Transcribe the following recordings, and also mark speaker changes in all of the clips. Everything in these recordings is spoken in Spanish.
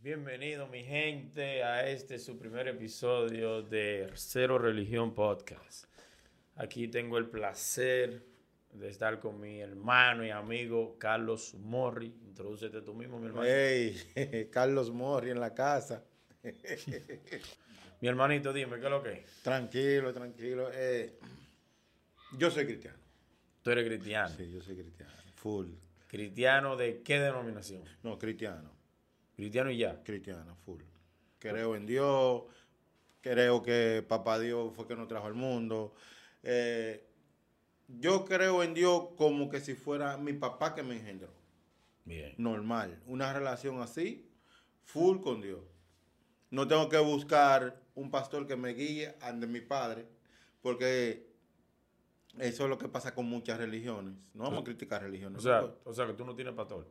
Speaker 1: Bienvenido mi gente a este su primer episodio de Cero Religión Podcast. Aquí tengo el placer de estar con mi hermano y amigo Carlos Morri. Introdúcete tú mismo, mi hermano.
Speaker 2: Eh. Hey, Carlos Morri en la casa.
Speaker 1: Mi hermanito, dime, ¿qué es lo que es?
Speaker 2: tranquilo, tranquilo. Eh, yo soy cristiano.
Speaker 1: Tú eres cristiano.
Speaker 2: Sí, yo soy cristiano. Full.
Speaker 1: ¿Cristiano de qué denominación?
Speaker 2: No, cristiano.
Speaker 1: Cristiano y ya.
Speaker 2: Cristiano, full. Creo en Dios. Creo que papá Dios fue que nos trajo al mundo. Eh, yo creo en Dios como que si fuera mi papá que me engendró.
Speaker 1: Bien.
Speaker 2: normal, una relación así, full con Dios. No tengo que buscar un pastor que me guíe ante mi padre, porque eso es lo que pasa con muchas religiones. No vamos a criticar religiones.
Speaker 1: O sea, o sea que tú no tienes pastor.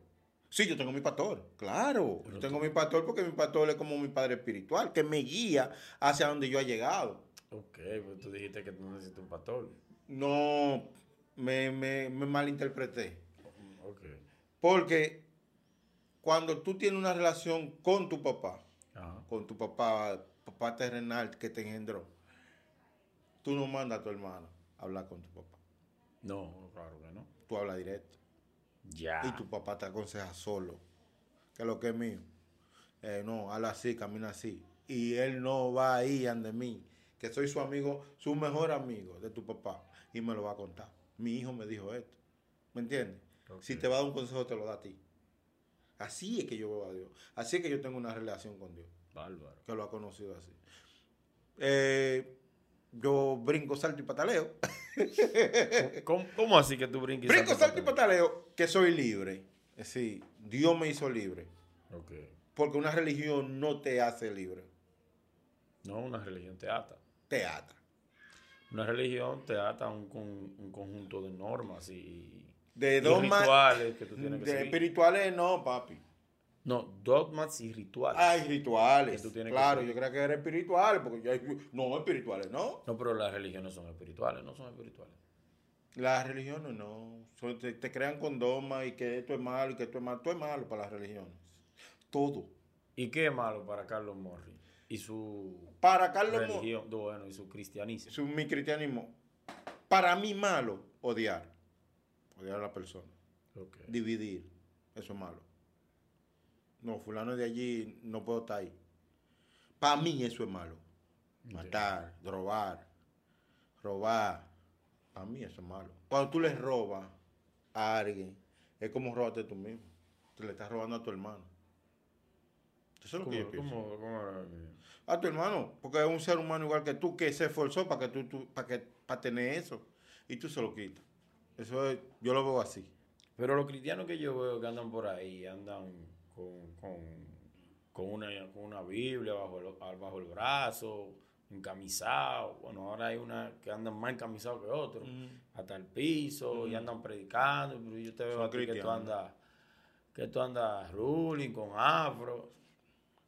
Speaker 2: sí, yo tengo mi pastor, claro.
Speaker 1: Pero
Speaker 2: Yo tengo mi pastor porque mi pastor es como mi padre espiritual, que me guía hacia donde yo he llegado.
Speaker 1: Ok, pues tú dijiste que tú necesitas un pastor.
Speaker 2: No, me, me, me malinterpreté.
Speaker 1: Ok.
Speaker 2: Porque cuando tú tienes una relación con tu papá,
Speaker 1: Ajá.
Speaker 2: con tu papá, papá terrenal que te engendró, tú no mandas a tu hermano a hablar con tu papá.
Speaker 1: No, claro que no.
Speaker 2: Tú hablas directo.
Speaker 1: Ya.
Speaker 2: Y tu papá te aconseja solo. Que lo que es mío. Eh, no, habla así, camina así. Y él no va ahí ande mí. Que soy su amigo, su mejor amigo de tu papá. Y me lo va a contar. Mi hijo me dijo esto. ¿Me entiendes?
Speaker 1: Ok.
Speaker 2: Si te va a dar un consejo, te lo da a ti. Así es que yo veo a Dios. Así es que yo tengo una relación con Dios.
Speaker 1: Bárbaro.
Speaker 2: que lo ha conocido así. Eh, yo brinco, salto y pataleo.
Speaker 1: ¿Cómo, cómo así que tú brinques? y
Speaker 2: brinco, salto y
Speaker 1: saltas
Speaker 2: pataleo, que soy libre. Es decir, Dios me hizo libre.
Speaker 1: Ok.
Speaker 2: Porque una religión no te hace libre,
Speaker 1: No, una religión te ata.
Speaker 2: te ata.
Speaker 1: Una religión te ata a un, con- un conjunto de normas y, y
Speaker 2: De dogmas-
Speaker 1: rituales que tú tienes que
Speaker 2: De
Speaker 1: seguir.
Speaker 2: espirituales no, papi.
Speaker 1: No, dogmas y rituales.
Speaker 2: Hay
Speaker 1: Que
Speaker 2: rituales.
Speaker 1: tú tienes que
Speaker 2: Claro,
Speaker 1: ser.
Speaker 2: yo creo que era espirituales, porque yo no espirituales, no.
Speaker 1: No, pero las religiones son espirituales, no son espirituales.
Speaker 2: Las religiones no. Son- Te, te crean con dogmas y que esto es malo y que esto es malo. Todo es malo para las religiones. Todo.
Speaker 1: ¿Y qué es malo para Carlos Morri y su
Speaker 2: Para Carlos Mo-
Speaker 1: religión, no, bueno, y su cristianismo?
Speaker 2: su- mi cristianismo, para mí malo, odiar. Odiar a la persona.
Speaker 1: Ok.
Speaker 2: Dividir. Eso es malo. No, fulano de allí no puedo estar ahí. Para mí eso es malo. Matar, robar, robar. Para mí eso es malo. Cuando tú le robas a alguien, es como robarte tú mismo. Tú le estás robando a tu hermano. Eso es lo
Speaker 1: ¿Cómo-
Speaker 2: que yo pienso
Speaker 1: cómo- cómo era que-
Speaker 2: a tu hermano, porque es un ser humano igual que tú que se esforzó para que tú, para que para tener eso y tú se lo quitas. Eso es- yo lo veo así.
Speaker 1: Pero los cristianos que yo veo que andan por ahí, andan con, con, con una, con una Biblia bajo el, al- bajo el brazo, encamisados. Bueno, ahora hay una que andan más encamisados que otros, hasta el piso, y andan predicando. Pero yo te veo
Speaker 2: Mm. Son
Speaker 1: a ti que tú
Speaker 2: cristianos.
Speaker 1: andas, que tú andas ruling con afro,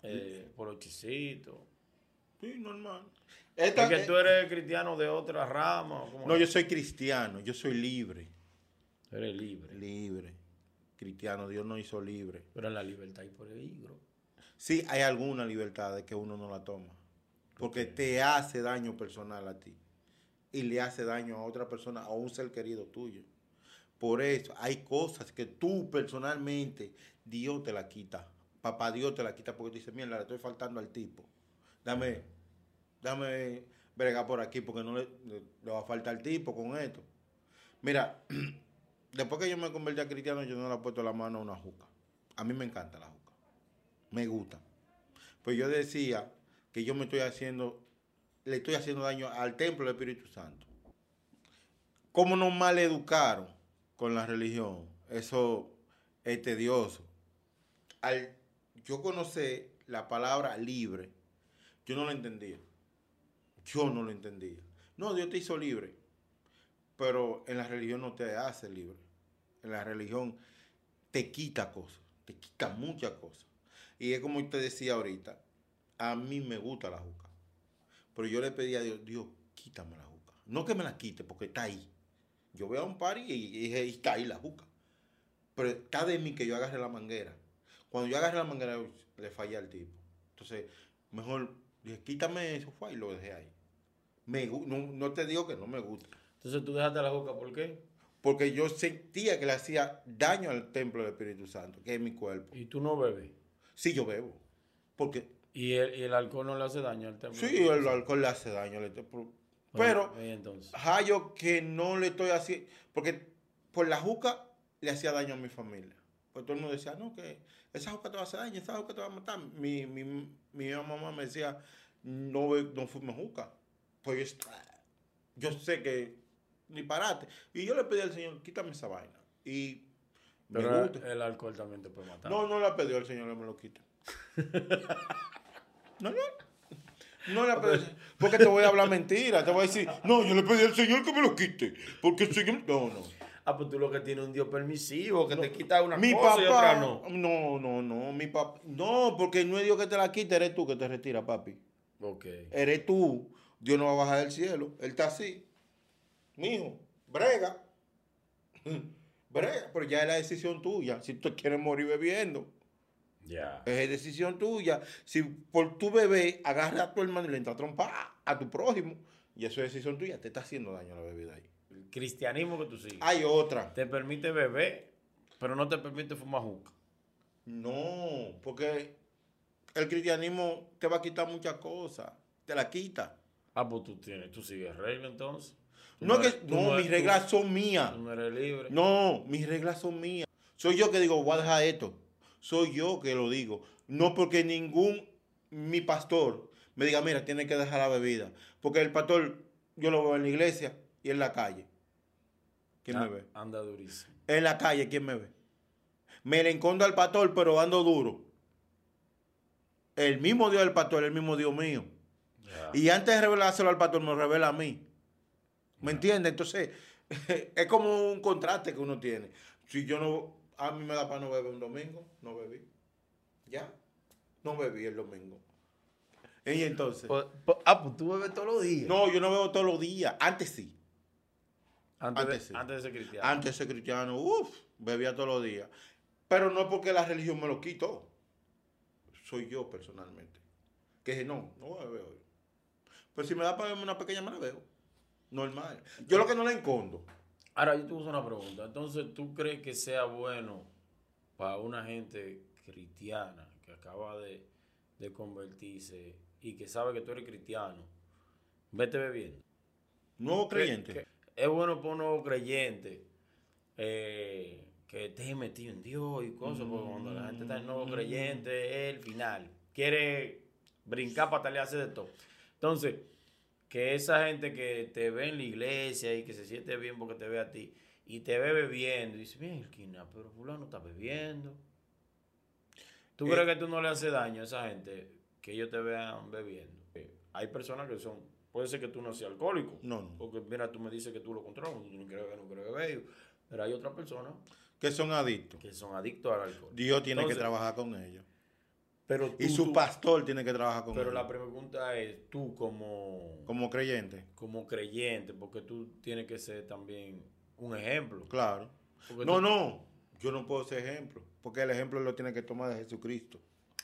Speaker 1: eh, polochicito.
Speaker 2: Sí, normal.
Speaker 1: Es que tú eres cristiano de otra rama. ¿cómo
Speaker 2: no,
Speaker 1: es?
Speaker 2: yo soy cristiano, yo soy libre.
Speaker 1: Tú eres libre.
Speaker 2: Libre. Cristiano, Dios nos hizo libre.
Speaker 1: Pero la libertad y peligro.
Speaker 2: Sí, hay alguna libertad de que uno no la toma. Porque te hace daño personal a ti. Y le hace daño a otra persona, a un ser querido tuyo. Por eso hay cosas que tú personalmente, Dios te la quita. Papá Dios te la quita porque te dice, mira, le estoy faltando al tipo. Dame, dame bregar por aquí porque no le, le- le va a faltar al tipo con esto. Mira, después que yo me convertí a cristiano, yo no le he puesto la mano a una juca. A mí me encanta la juca. Me gusta. Pues yo decía que yo me estoy haciendo, le estoy haciendo daño al templo del Espíritu Santo. ¿Cómo nos maleducaron con la religión? Eso es tedioso. Al yo conocer la palabra libre, yo no lo entendía. Yo no lo entendía. No, Dios te hizo libre. Pero en la religión no te hace libre. En la religión te quita cosas, te quita muchas cosas. Y es como te decía ahorita, a mí me gusta la juca. Pero yo le pedí a Dios, Dios, quítame la juca. No que me la quite, porque está ahí. Yo voy a un party y, y- y está ahí la juca. Pero está de mí que yo agarre la manguera. Cuando yo agarré la manguera, le fallé al tipo. Entonces, mejor dije, quítame eso, fue y lo dejé ahí. Me, gu- no, no te digo que no me gusta.
Speaker 1: Entonces tú dejaste la boca, ¿por qué?
Speaker 2: Porque yo sentía que le hacía daño al templo del Espíritu Santo, que es mi cuerpo.
Speaker 1: Y tú no bebes.
Speaker 2: Sí, yo bebo. Porque
Speaker 1: Y el, y el alcohol no le hace daño al templo.
Speaker 2: sí, el alcohol le hace daño al templo. Pero
Speaker 1: Oye, entonces.
Speaker 2: hallo que no le estoy haciendo. Porque por la juca le hacía daño a mi familia. Pues todo el mundo decía, no, que esa juca te va a hacer daño, esa juca te va a matar. Mi, mi, mi mamá me decía, no, be- no fumes juca. Pues yo, est- yo sé que ni parate. Y yo le pedí al Señor, quítame esa vaina. Y me
Speaker 1: Pero
Speaker 2: gusta.
Speaker 1: el, el alcohol también te puede matar.
Speaker 2: No, no la pidió el señor, no me lo quita. No, no. No la pidió. Porque te voy a hablar mentira. Te voy a decir, no, yo le pedí al señor que me lo quite. Porque el señor. No, no.
Speaker 1: Ah, pues tú lo que tienes es un Dios permisivo, que te quita una
Speaker 2: Mi
Speaker 1: cosa y
Speaker 2: papá.
Speaker 1: otra
Speaker 2: No.
Speaker 1: no.
Speaker 2: no, no, Mi papá. No, porque no es Dios que te la quita, eres tú que te retira, papi.
Speaker 1: Ok.
Speaker 2: Eres tú. Dios no va a bajar del cielo. Él está así. Mijo, brega. Brega. Pero ya es la decisión tuya. Si tú quieres morir bebiendo.
Speaker 1: Ya.
Speaker 2: Es decisión tuya. Si por tu bebé agarra a tu hermano y le entra trompa a tu prójimo, y eso es decisión tuya, te está haciendo daño la bebida ahí.
Speaker 1: El cristianismo que tú sigues.
Speaker 2: Hay otra.
Speaker 1: Te permite beber, pero no te permite fumar juca.
Speaker 2: No, porque el cristianismo te va a quitar muchas cosas. Te la quita.
Speaker 1: Ah, pues tú tienes, tú sigues regla entonces. Tú
Speaker 2: No, es
Speaker 1: eres-
Speaker 2: que,
Speaker 1: tú
Speaker 2: no,
Speaker 1: eres-
Speaker 2: mis reglas
Speaker 1: tú-
Speaker 2: son mías.
Speaker 1: Tú no eres libre.
Speaker 2: No, mis reglas son mías. Soy yo que digo, voy a dejar esto. Soy yo que lo digo. No porque ningún, mi pastor me diga, mira, tienes que dejar la bebida. Porque el pastor, yo lo veo en la iglesia y en la calle. ¿Quién
Speaker 1: Ah,
Speaker 2: me ve?
Speaker 1: Anda durísimo.
Speaker 2: En la calle, ¿quién me ve? Me le encondo al pastor, pero ando duro. El mismo Dios del pastor, el mismo Dios mío.
Speaker 1: Ya.
Speaker 2: Y antes de revelárselo al pastor, me lo revela a mí. ¿Me entiendes? Entonces, es como un contraste que uno tiene. Si yo no, a mí me da para no beber un domingo, no bebí. Ya, no bebí el domingo. Y entonces,
Speaker 1: Pues- pues- ah, pues tú bebes todos los días.
Speaker 2: no, yo no bebo todos los días. Antes sí.
Speaker 1: Antes,
Speaker 2: antes sí. Ah,
Speaker 1: de, antes de ser cristiano.
Speaker 2: Antes ese cristiano, uff, bebía todos los días. Pero no es porque la religión me lo quitó. Soy yo personalmente. Que dije, no, no voy a beber hoy. Pues si me da para beberme una pequeña, me la bebo. Normal. Yo lo que no la encondo.
Speaker 1: Ahora, yo te uso una pregunta. Entonces, ¿tú crees que sea bueno para una gente cristiana que acaba de, de convertirse y que sabe que tú eres cristiano? Vete bebiendo.
Speaker 2: Nuevo
Speaker 1: ¿Cree-
Speaker 2: creyente.
Speaker 1: que- Es bueno para un nuevo creyente eh, que esté metido en Dios y cosas,
Speaker 2: Mm.
Speaker 1: porque cuando la gente está en nuevo creyente es el final. Quiere brincar, patalear, hacer de todo. Entonces, que esa gente que te ve en la iglesia y que se siente bien porque te ve a ti y te ve bebiendo, y dice, bien, pero fulano está bebiendo. ¿Tú
Speaker 2: Eh,
Speaker 1: crees que tú no le haces daño a esa gente que ellos te vean bebiendo? Eh, Hay personas que son, puede ser que tú no seas alcohólico.
Speaker 2: No, no.
Speaker 1: Porque mira, tú me dices que tú lo controlas, tú no quieres beber, no quieres beber. Pero hay otras personas
Speaker 2: que son adictos.
Speaker 1: que son adictos al alcohol.
Speaker 2: Dios tiene
Speaker 1: Entonces,
Speaker 2: que trabajar con ellos.
Speaker 1: Pero tú-
Speaker 2: Y su
Speaker 1: tú-
Speaker 2: pastor tiene que trabajar con
Speaker 1: Pero
Speaker 2: ellos.
Speaker 1: la pregunta es, tú como, como,
Speaker 2: Como creyente.
Speaker 1: creyente, porque tú tienes que ser también un ejemplo.
Speaker 2: Claro.
Speaker 1: Porque
Speaker 2: No,
Speaker 1: tú-
Speaker 2: no. Yo no puedo ser ejemplo. Porque el ejemplo lo tiene que tomar de Jesucristo.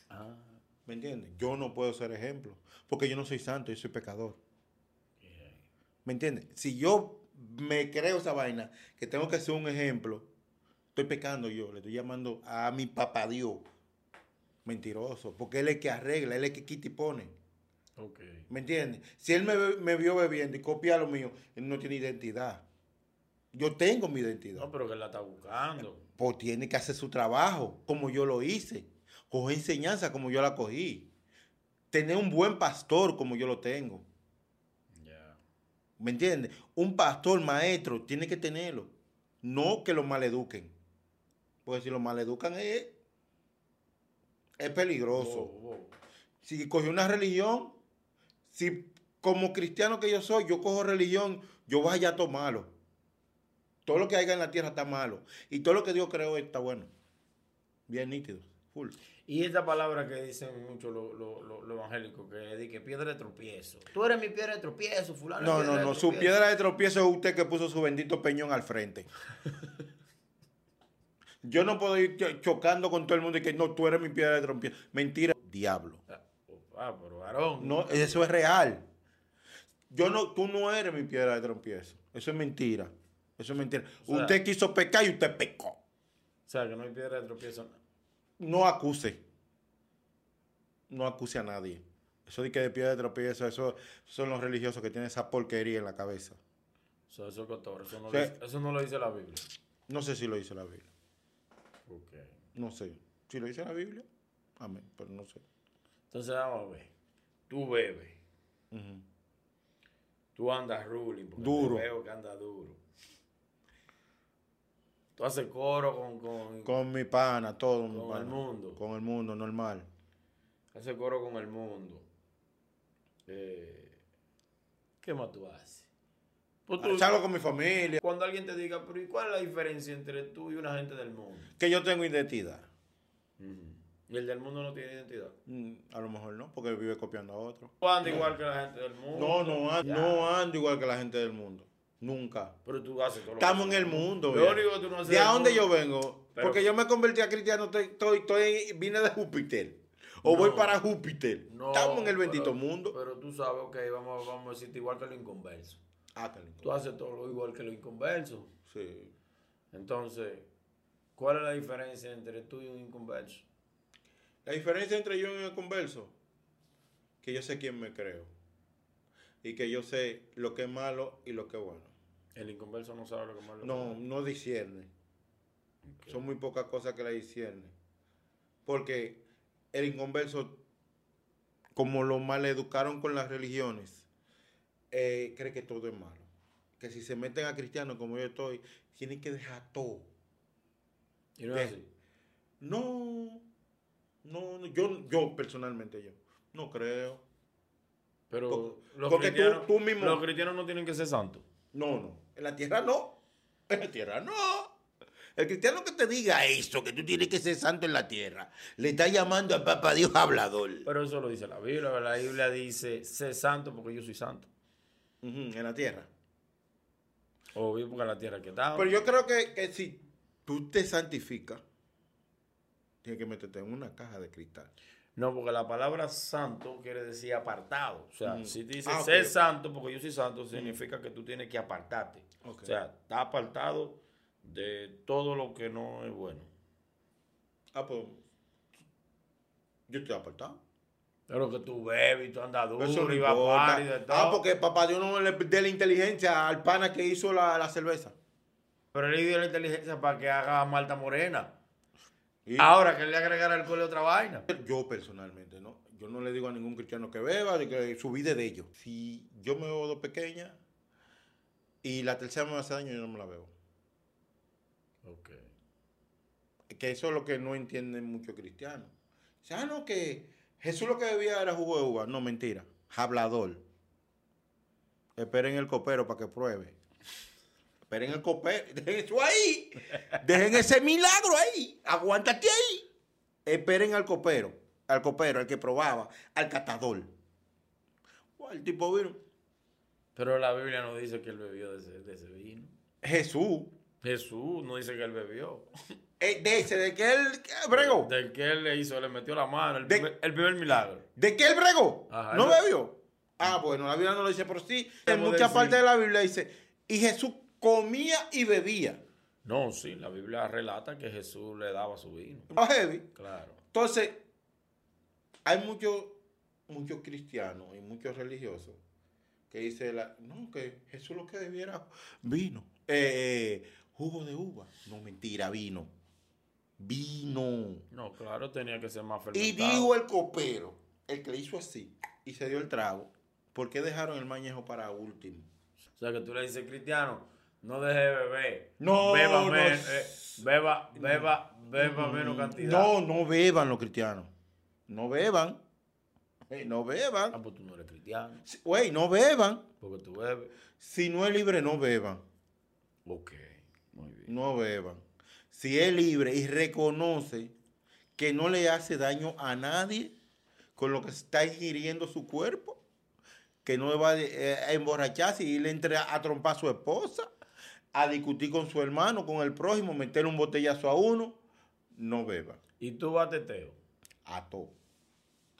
Speaker 1: Ah,
Speaker 2: ¿Me entiendes? Yo no puedo ser ejemplo. Porque yo no soy santo, yo soy pecador.
Speaker 1: bien.
Speaker 2: ¿Me entiendes? Si yo me creo esa vaina, que tengo que ser un ejemplo, estoy pecando yo, le estoy llamando a mi papá Dios. Mentiroso. Porque él es el que arregla, él es el que quita y pone.
Speaker 1: Ok.
Speaker 2: ¿Me entiendes? Si él me, be- me vio bebiendo y copia lo mío, él no tiene identidad. Yo tengo mi identidad.
Speaker 1: No, pero que él la está buscando.
Speaker 2: Pues tiene que hacer su trabajo, como yo lo hice. Coger enseñanza como yo la cogí. Tener un buen pastor como yo lo tengo.
Speaker 1: Ya.
Speaker 2: ¿Me entiendes? Un pastor, maestro, tiene que tenerlo. No que lo maleduquen. Porque si lo maleducan es, es peligroso.
Speaker 1: Wow, wow.
Speaker 2: si cogí una religión, si como cristiano que yo soy, yo cojo religión, yo voy allá a todo malo. Todo lo que haya en la tierra está malo. Y todo lo que Dios creó está bueno. Bien nítido. Full.
Speaker 1: Y esta palabra que dicen mucho los lo, lo, lo evangélicos, que es de que piedra de tropiezo. Tú eres mi piedra de tropiezo, fulano.
Speaker 2: No,
Speaker 1: es piedra
Speaker 2: no,
Speaker 1: de
Speaker 2: no. Su
Speaker 1: tropiezo.
Speaker 2: piedra de tropiezo es usted que puso su bendito peñón al frente. Yo no puedo ir cho- chocando con todo el mundo y que no, tú eres mi piedra de trompia. Mentira, diablo.
Speaker 1: Ah, pero varón.
Speaker 2: No, eso es real. Yo no, tú no eres mi piedra de trompiezo. Eso es mentira. Eso es mentira.
Speaker 1: O sea-
Speaker 2: usted quiso pecar y usted pecó.
Speaker 1: O sea, que no hay piedra de tropiezo.
Speaker 2: No acuse. No acuse a nadie. Eso de que de piedra de tropiezo, eso son los religiosos que tienen esa porquería en la cabeza.
Speaker 1: O sea, eso es cotorra, Eso no,
Speaker 2: Sí.
Speaker 1: lo dice, eso no lo dice la Biblia.
Speaker 2: No sé si lo dice la Biblia.
Speaker 1: Ok.
Speaker 2: No sé. Si lo dice la Biblia, amén, pero no sé.
Speaker 1: Entonces, vamos a ver. Tú bebes.
Speaker 2: Ujú.
Speaker 1: Tú andas ruling. porque
Speaker 2: Duro.
Speaker 1: te veo que andas duro. Tú haces coro con... con,
Speaker 2: Con mi pana, todo. mi
Speaker 1: Con
Speaker 2: pana.
Speaker 1: el mundo.
Speaker 2: Con el mundo, normal.
Speaker 1: haces coro con el mundo. Eh, ¿Qué más tú haces? Pues tú-
Speaker 2: Salgo con mi familia.
Speaker 1: cuando alguien te diga, pero ¿y cuál es la diferencia entre tú y una gente del mundo?
Speaker 2: Que yo tengo identidad.
Speaker 1: Y el del mundo no tiene identidad.
Speaker 2: Mm, A lo mejor no, porque vive copiando a otro.
Speaker 1: Tú andas igual que la gente del mundo.
Speaker 2: No, no, an-
Speaker 1: Ya.
Speaker 2: no ando igual que la gente del mundo. Nunca.
Speaker 1: Pero tú haces todo lo
Speaker 2: Estamos en
Speaker 1: que
Speaker 2: el
Speaker 1: haces.
Speaker 2: mundo.
Speaker 1: Lo
Speaker 2: viejo.
Speaker 1: único que tú no haces
Speaker 2: ¿De
Speaker 1: del
Speaker 2: a dónde
Speaker 1: mundo-
Speaker 2: yo vengo?
Speaker 1: Pero-
Speaker 2: Porque yo me convertí a cristiano, estoy, estoy, estoy- vine de Júpiter. O
Speaker 1: No.
Speaker 2: voy para Júpiter.
Speaker 1: No,
Speaker 2: Estamos en el bendito
Speaker 1: pero-
Speaker 2: mundo.
Speaker 1: Pero tú sabes, ok, vamos, vamos a decirte igual que lo inconverso.
Speaker 2: Ah, qué lindo.
Speaker 1: Tú haces todo lo igual que lo inconverso.
Speaker 2: Sí.
Speaker 1: Entonces, ¿cuál es la diferencia entre tú y un inconverso?
Speaker 2: La diferencia entre yo y el converso, que yo sé quién me creo. Y que yo sé lo que es malo y lo que es bueno.
Speaker 1: El inconverso no sabe lo que más lo
Speaker 2: No, no discierne.
Speaker 1: Ok.
Speaker 2: Son muy pocas cosas que la discierne. Porque el inconverso, como lo mal educaron con las religiones, eh, cree que todo es malo. Que si se meten a cristianos como yo estoy, tienen que dejar todo.
Speaker 1: Y no es
Speaker 2: Ve.
Speaker 1: así.
Speaker 2: No, no, no, yo, yo personalmente yo, no creo.
Speaker 1: Pero
Speaker 2: Porque-
Speaker 1: los,
Speaker 2: porque tú-
Speaker 1: cristianos,
Speaker 2: tú mismo-
Speaker 1: los cristianos no tienen que ser santos.
Speaker 2: No, no. En la tierra no. En la tierra no. El cristiano que te diga eso, que tú tienes que ser santo en la tierra, le está llamando al Papa Dios hablador.
Speaker 1: Pero eso lo dice la Biblia. La Biblia dice, sé santo porque yo soy santo.
Speaker 2: Ujú, en la tierra.
Speaker 1: Obvio, porque la tierra que está.
Speaker 2: Pero yo creo que, que si tú te santificas, tienes que meterte en una caja de cristal.
Speaker 1: No, porque la palabra santo quiere decir apartado. O sea,
Speaker 2: Mm.
Speaker 1: si te dice
Speaker 2: Ah, ok,
Speaker 1: ser
Speaker 2: ok. Mm.
Speaker 1: santo, porque yo soy santo, significa que tú tienes que apartarte.
Speaker 2: Ok.
Speaker 1: O sea, está apartado de todo lo que no es bueno.
Speaker 2: Ah, pues. Yo estoy apartado.
Speaker 1: Pero que tú bebes y tú andas duro
Speaker 2: Eso no
Speaker 1: y vas a
Speaker 2: importa.
Speaker 1: party de todo.
Speaker 2: Ah, porque papá Dios no le dé la inteligencia al pana que hizo la, la cerveza.
Speaker 1: Pero él le dio la inteligencia para que haga Malta Morena.
Speaker 2: Y-
Speaker 1: Ahora que él le agregara alcohol y otra vaina.
Speaker 2: Yo personalmente, ¿no? Yo no le digo a ningún cristiano que beba, de que su vida es de ellos. Si yo me bebo dos pequeñas y la tercera me hace daño, yo no me la bebo.
Speaker 1: Ok.
Speaker 2: Que eso es lo que no entienden muchos cristianos. Dicen, ah, no, que Jesús lo que bebía era jugo de uva. No, mentira. Hablador. Esperen el copero para que pruebe. Esperen el copero. Dejen eso ahí. Dejen ese milagro ahí. Aguántate ahí. Esperen al copero. Al copero, al que probaba. Al catador. Guau, El tipo vino.
Speaker 1: Pero la Biblia no dice que él bebió de ese, de ese vino.
Speaker 2: Jesús.
Speaker 1: Jesús no dice que él bebió.
Speaker 2: eh, de ese, de que él bregó.
Speaker 1: Del que él le hizo, le metió la mano. El,
Speaker 2: De-
Speaker 1: primer, el primer milagro.
Speaker 2: ¿De qué él bregó?
Speaker 1: Ajá,
Speaker 2: ¿No
Speaker 1: no.
Speaker 2: bebió? Ah, bueno, la Biblia no lo dice, pero sí. En
Speaker 1: Como
Speaker 2: muchas
Speaker 1: decir-
Speaker 2: partes de la Biblia dice, y Jesús comía y bebía.
Speaker 1: No, sí, la Biblia relata que Jesús le daba su vino.
Speaker 2: No heavy.
Speaker 1: Claro.
Speaker 2: Entonces, hay muchos muchos cristianos y muchos religiosos que dicen, la- no, que Jesús lo que debiera vino. Eh, jugo de uva. No, mentira, vino. Vino.
Speaker 1: No, claro, tenía que ser más fermentado.
Speaker 2: Y dijo el copero, el que le hizo así, y se dio el trago. ¿Por qué dejaron el mañejo para último?
Speaker 1: O sea, que tú le dices, cristiano, no deje de beber.
Speaker 2: No,
Speaker 1: Beba,
Speaker 2: no. Mm,
Speaker 1: men- eh, beba, beba, beba menos cantidad.
Speaker 2: No, no beban los cristianos. No beban. Eh, No
Speaker 1: Ah,
Speaker 2: beban.
Speaker 1: pues tú no eres cristiano,
Speaker 2: Si- Güey, no beban.
Speaker 1: porque tú bebes.
Speaker 2: Si no es libre, no beban.
Speaker 1: Ok, muy bien.
Speaker 2: No beban. Si es libre y reconoce que no le hace daño a nadie con lo que está ingiriendo su cuerpo, que no va eh, a emborracharse y le entre a trompar a su esposa, a discutir con su hermano, con el prójimo, meterle un botellazo a uno, no beba.
Speaker 1: ¿Y tú vas a teteo?
Speaker 2: A todo.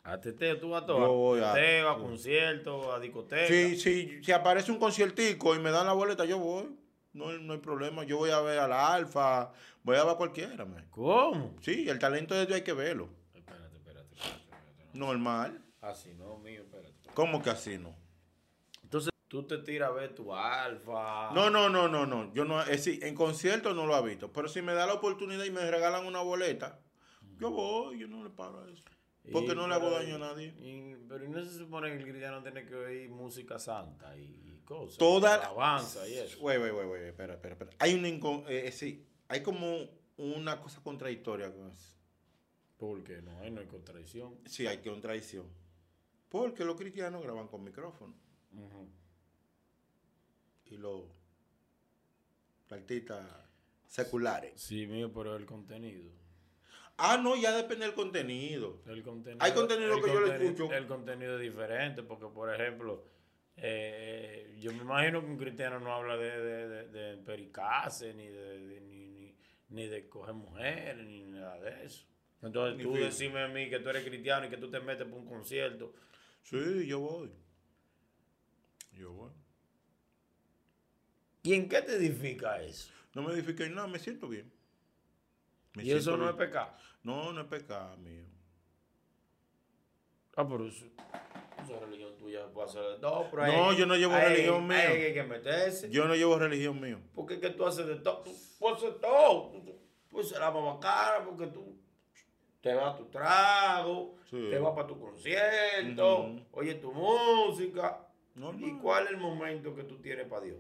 Speaker 1: A teteo, tú vas a todo.
Speaker 2: Yo voy a-
Speaker 1: teteo, a
Speaker 2: sí.
Speaker 1: conciertos, a discotecas.
Speaker 2: Si, si, si aparece un conciertico y me dan la boleta, yo voy. No, hay- no hay problema. Yo voy a ver a la Alfa, voy a ver a cualquiera. man.
Speaker 1: ¿Cómo?
Speaker 2: Sí, el talento de Dios hay que verlo.
Speaker 1: Espérate, espérate, espérate. espérate.
Speaker 2: Normal.
Speaker 1: Así no, mío, espérate.
Speaker 2: ¿Cómo que así no?
Speaker 1: Entonces, tú te tiras a ver tu alfa.
Speaker 2: No, no, no, no, no. Yo no, es decir, en concierto no lo he visto. Pero si me da la oportunidad y me regalan una boleta, yo voy, yo no le paro a eso. Porque no le hago
Speaker 1: pero-
Speaker 2: daño a nadie.
Speaker 1: y- pero ¿y no se supone que el cristiano tiene que oír música santa y, y cosas.
Speaker 2: Toda-
Speaker 1: Alabanza y eso.
Speaker 2: Güey, güey, güey, güey, espera, espera, espera. Hay una inco- eh, eh, sí, hay como una cosa contradictoria con eso.
Speaker 1: Porque no hay, no hay contradicción.
Speaker 2: Sí, hay que contradicción. Porque los cristianos graban con micrófono
Speaker 1: Ujú.
Speaker 2: y los artistas seculares.
Speaker 1: Sí, mío, pero el contenido.
Speaker 2: Ah, no, ya depende del contenido.
Speaker 1: El contenido
Speaker 2: Hay contenido
Speaker 1: el
Speaker 2: que yo le
Speaker 1: contenido-
Speaker 2: escucho.
Speaker 1: El contenido es diferente, porque, por ejemplo, eh, yo me imagino que un cristiano no habla de, de, de, de pericase, ni de, de- ni, ni, ni de coger mujeres, ni nada de eso. Entonces,
Speaker 2: Ni
Speaker 1: tú
Speaker 2: fin.
Speaker 1: decime a mí que tú eres cristiano y que tú te metes por un concierto.
Speaker 2: Sí, yo voy. Yo voy.
Speaker 1: ¿Y en qué te edifica eso?
Speaker 2: No me edifique en nada, me siento bien. Me
Speaker 1: y eso
Speaker 2: siento
Speaker 1: no es
Speaker 2: bien.
Speaker 1: pecado.
Speaker 2: No, no es pecado, mío.
Speaker 1: Ah, pero eso. Esa religión tuya puede hacer. No, pero
Speaker 2: No,
Speaker 1: hay-
Speaker 2: yo no llevo
Speaker 1: hay-
Speaker 2: religión mía.
Speaker 1: hay que meterse.
Speaker 2: Yo no llevo religión mío.
Speaker 1: Porque es que tú haces de todo. Tú puedes hacer todo. Tú- tú- Puedes ser la mamá cara porque tú te vas a tu trago,
Speaker 2: Sí.
Speaker 1: te vas para tu concierto,
Speaker 2: Ujú.
Speaker 1: oye tu música.
Speaker 2: Normal.
Speaker 1: ¿Y cuál es el momento que tú tienes para Dios?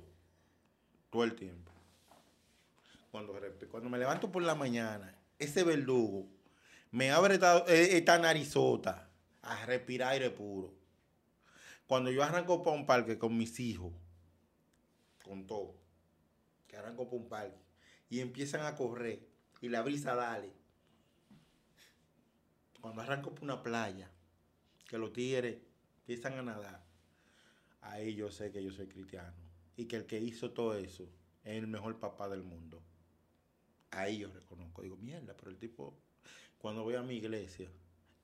Speaker 2: Todo el tiempo. Cuando, rep- cuando me levanto por la mañana, ese verdugo me abre esta, eh, esta narizota a respirar aire puro. Cuando yo arranco para un parque con mis hijos, con todo, que arranco para un parque y empiezan a correr y la brisa dale. Cuando arranco para una playa, que los tigres empiezan a nadar, ahí yo sé que yo soy cristiano y que el que hizo todo eso es el mejor papá del mundo. Ahí yo reconozco, digo, mierda, pero el tipo, cuando voy a mi iglesia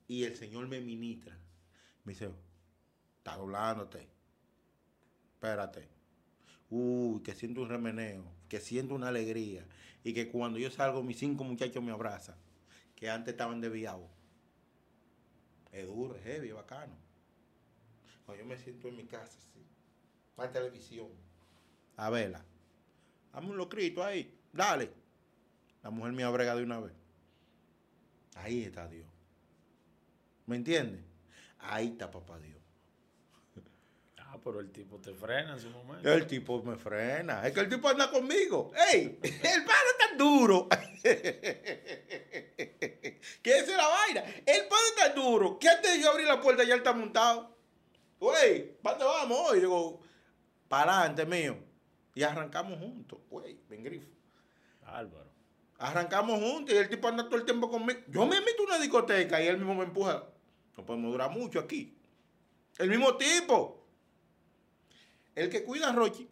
Speaker 2: y el Señor me ministra, me dice, está doblándote, espérate. Uy, que siento un remeneo, que siento una alegría y que cuando yo salgo mis cinco muchachos me abrazan, que antes estaban desviados. Es duro, es heavy, es bacano. Cuando yo me siento en mi casa, así, la televisión. A verla. Dame un locrito ahí. Dale. La mujer me abrega de una vez. Ahí está Dios. ¿Me entiendes? Ahí está papá Dios.
Speaker 1: Ah, pero el tipo te frena en su momento.
Speaker 2: El tipo me frena. Es que el tipo anda conmigo. ¡Ey! El padre es tan duro. ¿Qué es la vaina? El padre es tan duro que antes de yo abrir la puerta ya él está montado. Güey, ¿para dónde vamos hoy? Digo, para adelante mío. Y arrancamos juntos. Güey, ven grifo.
Speaker 1: Álvaro.
Speaker 2: Arrancamos juntos y el tipo anda todo el tiempo conmigo. Yo me meto a una discoteca y él mismo me empuja. No podemos durar mucho aquí. El mismo tipo. El que cuida a Rochi.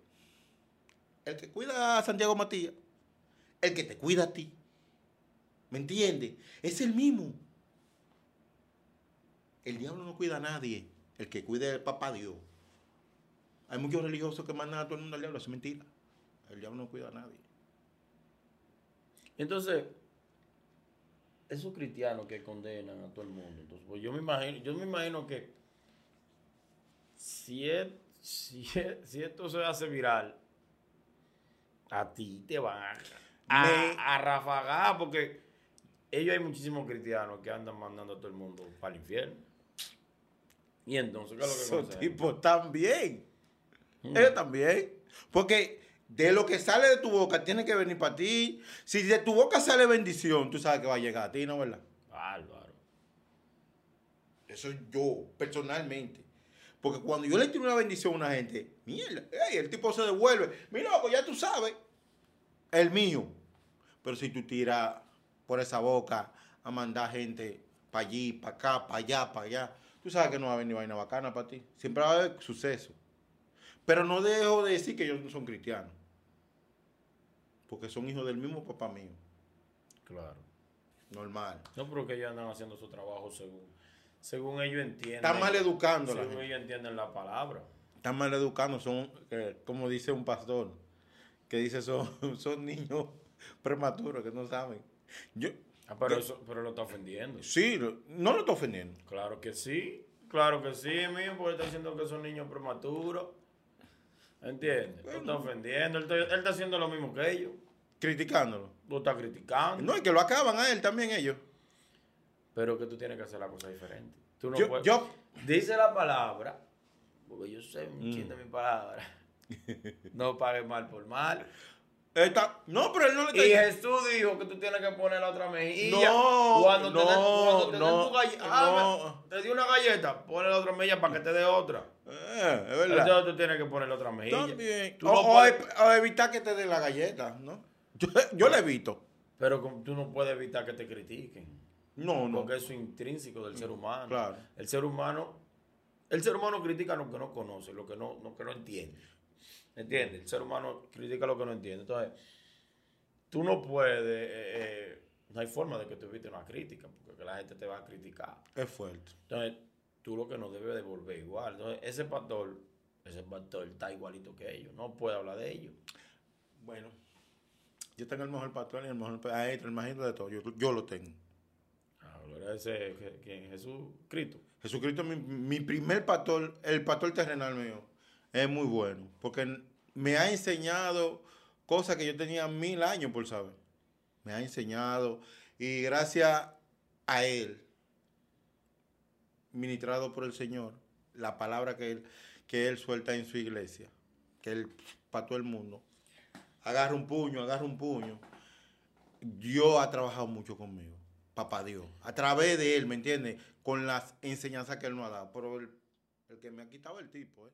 Speaker 2: El que cuida a Santiago Matías. El que te cuida a ti. ¿Me entiendes? Es el mismo. El diablo no cuida a nadie. El que cuida es el papá Dios. Hay muchos religiosos que mandan a todo el mundo al diablo. Eso es mentira. El diablo no cuida a nadie.
Speaker 1: Entonces, esos cristianos que condenan a todo el mundo, entonces, pues yo me imagino, yo me imagino que si, es- si, es- si esto se hace viral, a ti te van a,
Speaker 2: Me-
Speaker 1: a, a rafagar, porque ellos hay muchísimos cristianos que andan mandando a todo el mundo para el infierno. Y entonces, ¿qué es lo que
Speaker 2: Esos
Speaker 1: consejo?
Speaker 2: tipos también.
Speaker 1: Mm.
Speaker 2: Ellos también. Porque de lo que sale de tu boca tiene que venir para ti. Si de tu boca sale bendición, tú sabes que va a llegar a ti, ¿no verdad?
Speaker 1: Álvaro.
Speaker 2: Eso yo, personalmente. Porque cuando yo le tiro una bendición a una gente, mierda, ey, el tipo se devuelve. Mi loco, ya tú sabes. El mío. Pero si tú tiras por esa boca a mandar gente para allí, para acá, para allá, para allá, tú sabes que no va a venir vaina bacana para ti. Siempre va a haber suceso. Pero no dejo de decir que ellos no son cristianos. porque son hijos del mismo papá mío,
Speaker 1: Claro.
Speaker 2: normal.
Speaker 1: No, pero que ellos andan haciendo su trabajo según, según ellos entienden.
Speaker 2: Están mal educando a la
Speaker 1: Según
Speaker 2: gente.
Speaker 1: ellos entienden la palabra.
Speaker 2: Están mal educando, son, eh, como dice un pastor, que dice son, son niños prematuros que no saben. Yo,
Speaker 1: Ah, pero,
Speaker 2: ¿Qué?
Speaker 1: eso, pero lo está ofendiendo.
Speaker 2: sí, lo- no lo estoy ofendiendo.
Speaker 1: Claro que sí. Claro que sí, mío, porque está diciendo que son niños prematuros. ¿Entiendes? Lo está ofendiendo. Él está, él está haciendo lo mismo que ellos.
Speaker 2: criticándolo.
Speaker 1: Lo está criticando.
Speaker 2: No, es que lo acaban a él también ellos.
Speaker 1: Pero que tú tienes que hacer la cosa diferente. Tú no
Speaker 2: yo,
Speaker 1: puedes-
Speaker 2: yo-
Speaker 1: Dice la palabra, porque yo sé un chiste de mi palabra. No pagues mal por mal.
Speaker 2: está- no, pero él no le
Speaker 1: Y
Speaker 2: está diciendo-
Speaker 1: Jesús dijo que tú tienes que poner la otra mejilla.
Speaker 2: No,
Speaker 1: cuando te
Speaker 2: no,
Speaker 1: den, cuando te
Speaker 2: no,
Speaker 1: den tu galleta, ah,
Speaker 2: no.
Speaker 1: me- te di una galleta, ponle la otra mejilla para que te dé otra.
Speaker 2: Eh, es verdad.
Speaker 1: Entonces tú tienes que poner la otra mejilla.
Speaker 2: También. Oh, eh.
Speaker 1: Tú
Speaker 2: o,
Speaker 1: no
Speaker 2: o
Speaker 1: puedes-
Speaker 2: ev- o evitar que te den la galleta, ¿no? Yo, yo la evito.
Speaker 1: pero como tú no puedes evitar que te critiquen.
Speaker 2: No, no.
Speaker 1: Porque eso es intrínseco del ser humano.
Speaker 2: Claro.
Speaker 1: El ser humano, el ser humano critica lo que no conoce, lo que no, lo que no entiende. ¿Entiendes? El ser humano critica lo que no entiende. Entonces, tú no puedes, eh, eh, no hay forma de que tú evites una crítica, porque la gente te va a criticar.
Speaker 2: Es fuerte.
Speaker 1: Entonces, tú lo que no debes devolver igual. Entonces, ese pastor, ese pastor está igualito que ellos. No puede hablar de ellos.
Speaker 2: Bueno. Yo tengo el mejor patrón y el mejor maestro, el maestro de todo. Yo, yo lo tengo.
Speaker 1: Ah, gloria a ese que- que Jesucristo.
Speaker 2: Jesucristo es mi, mi primer pastor, el pastor terrenal mío. Es muy bueno. Porque me ha enseñado cosas que yo tenía mil años por saber. Me ha enseñado. Y gracias a él, ministrado por el Señor, la palabra que él, que él suelta en su iglesia, que él para todo el mundo, agarra un puño, agarra un puño. Dios ha trabajado mucho conmigo, papá Dios, a través de él, ¿me entiendes? Con las enseñanzas que él nos ha dado. Pero el, el que me ha quitado el tipo, ¿eh?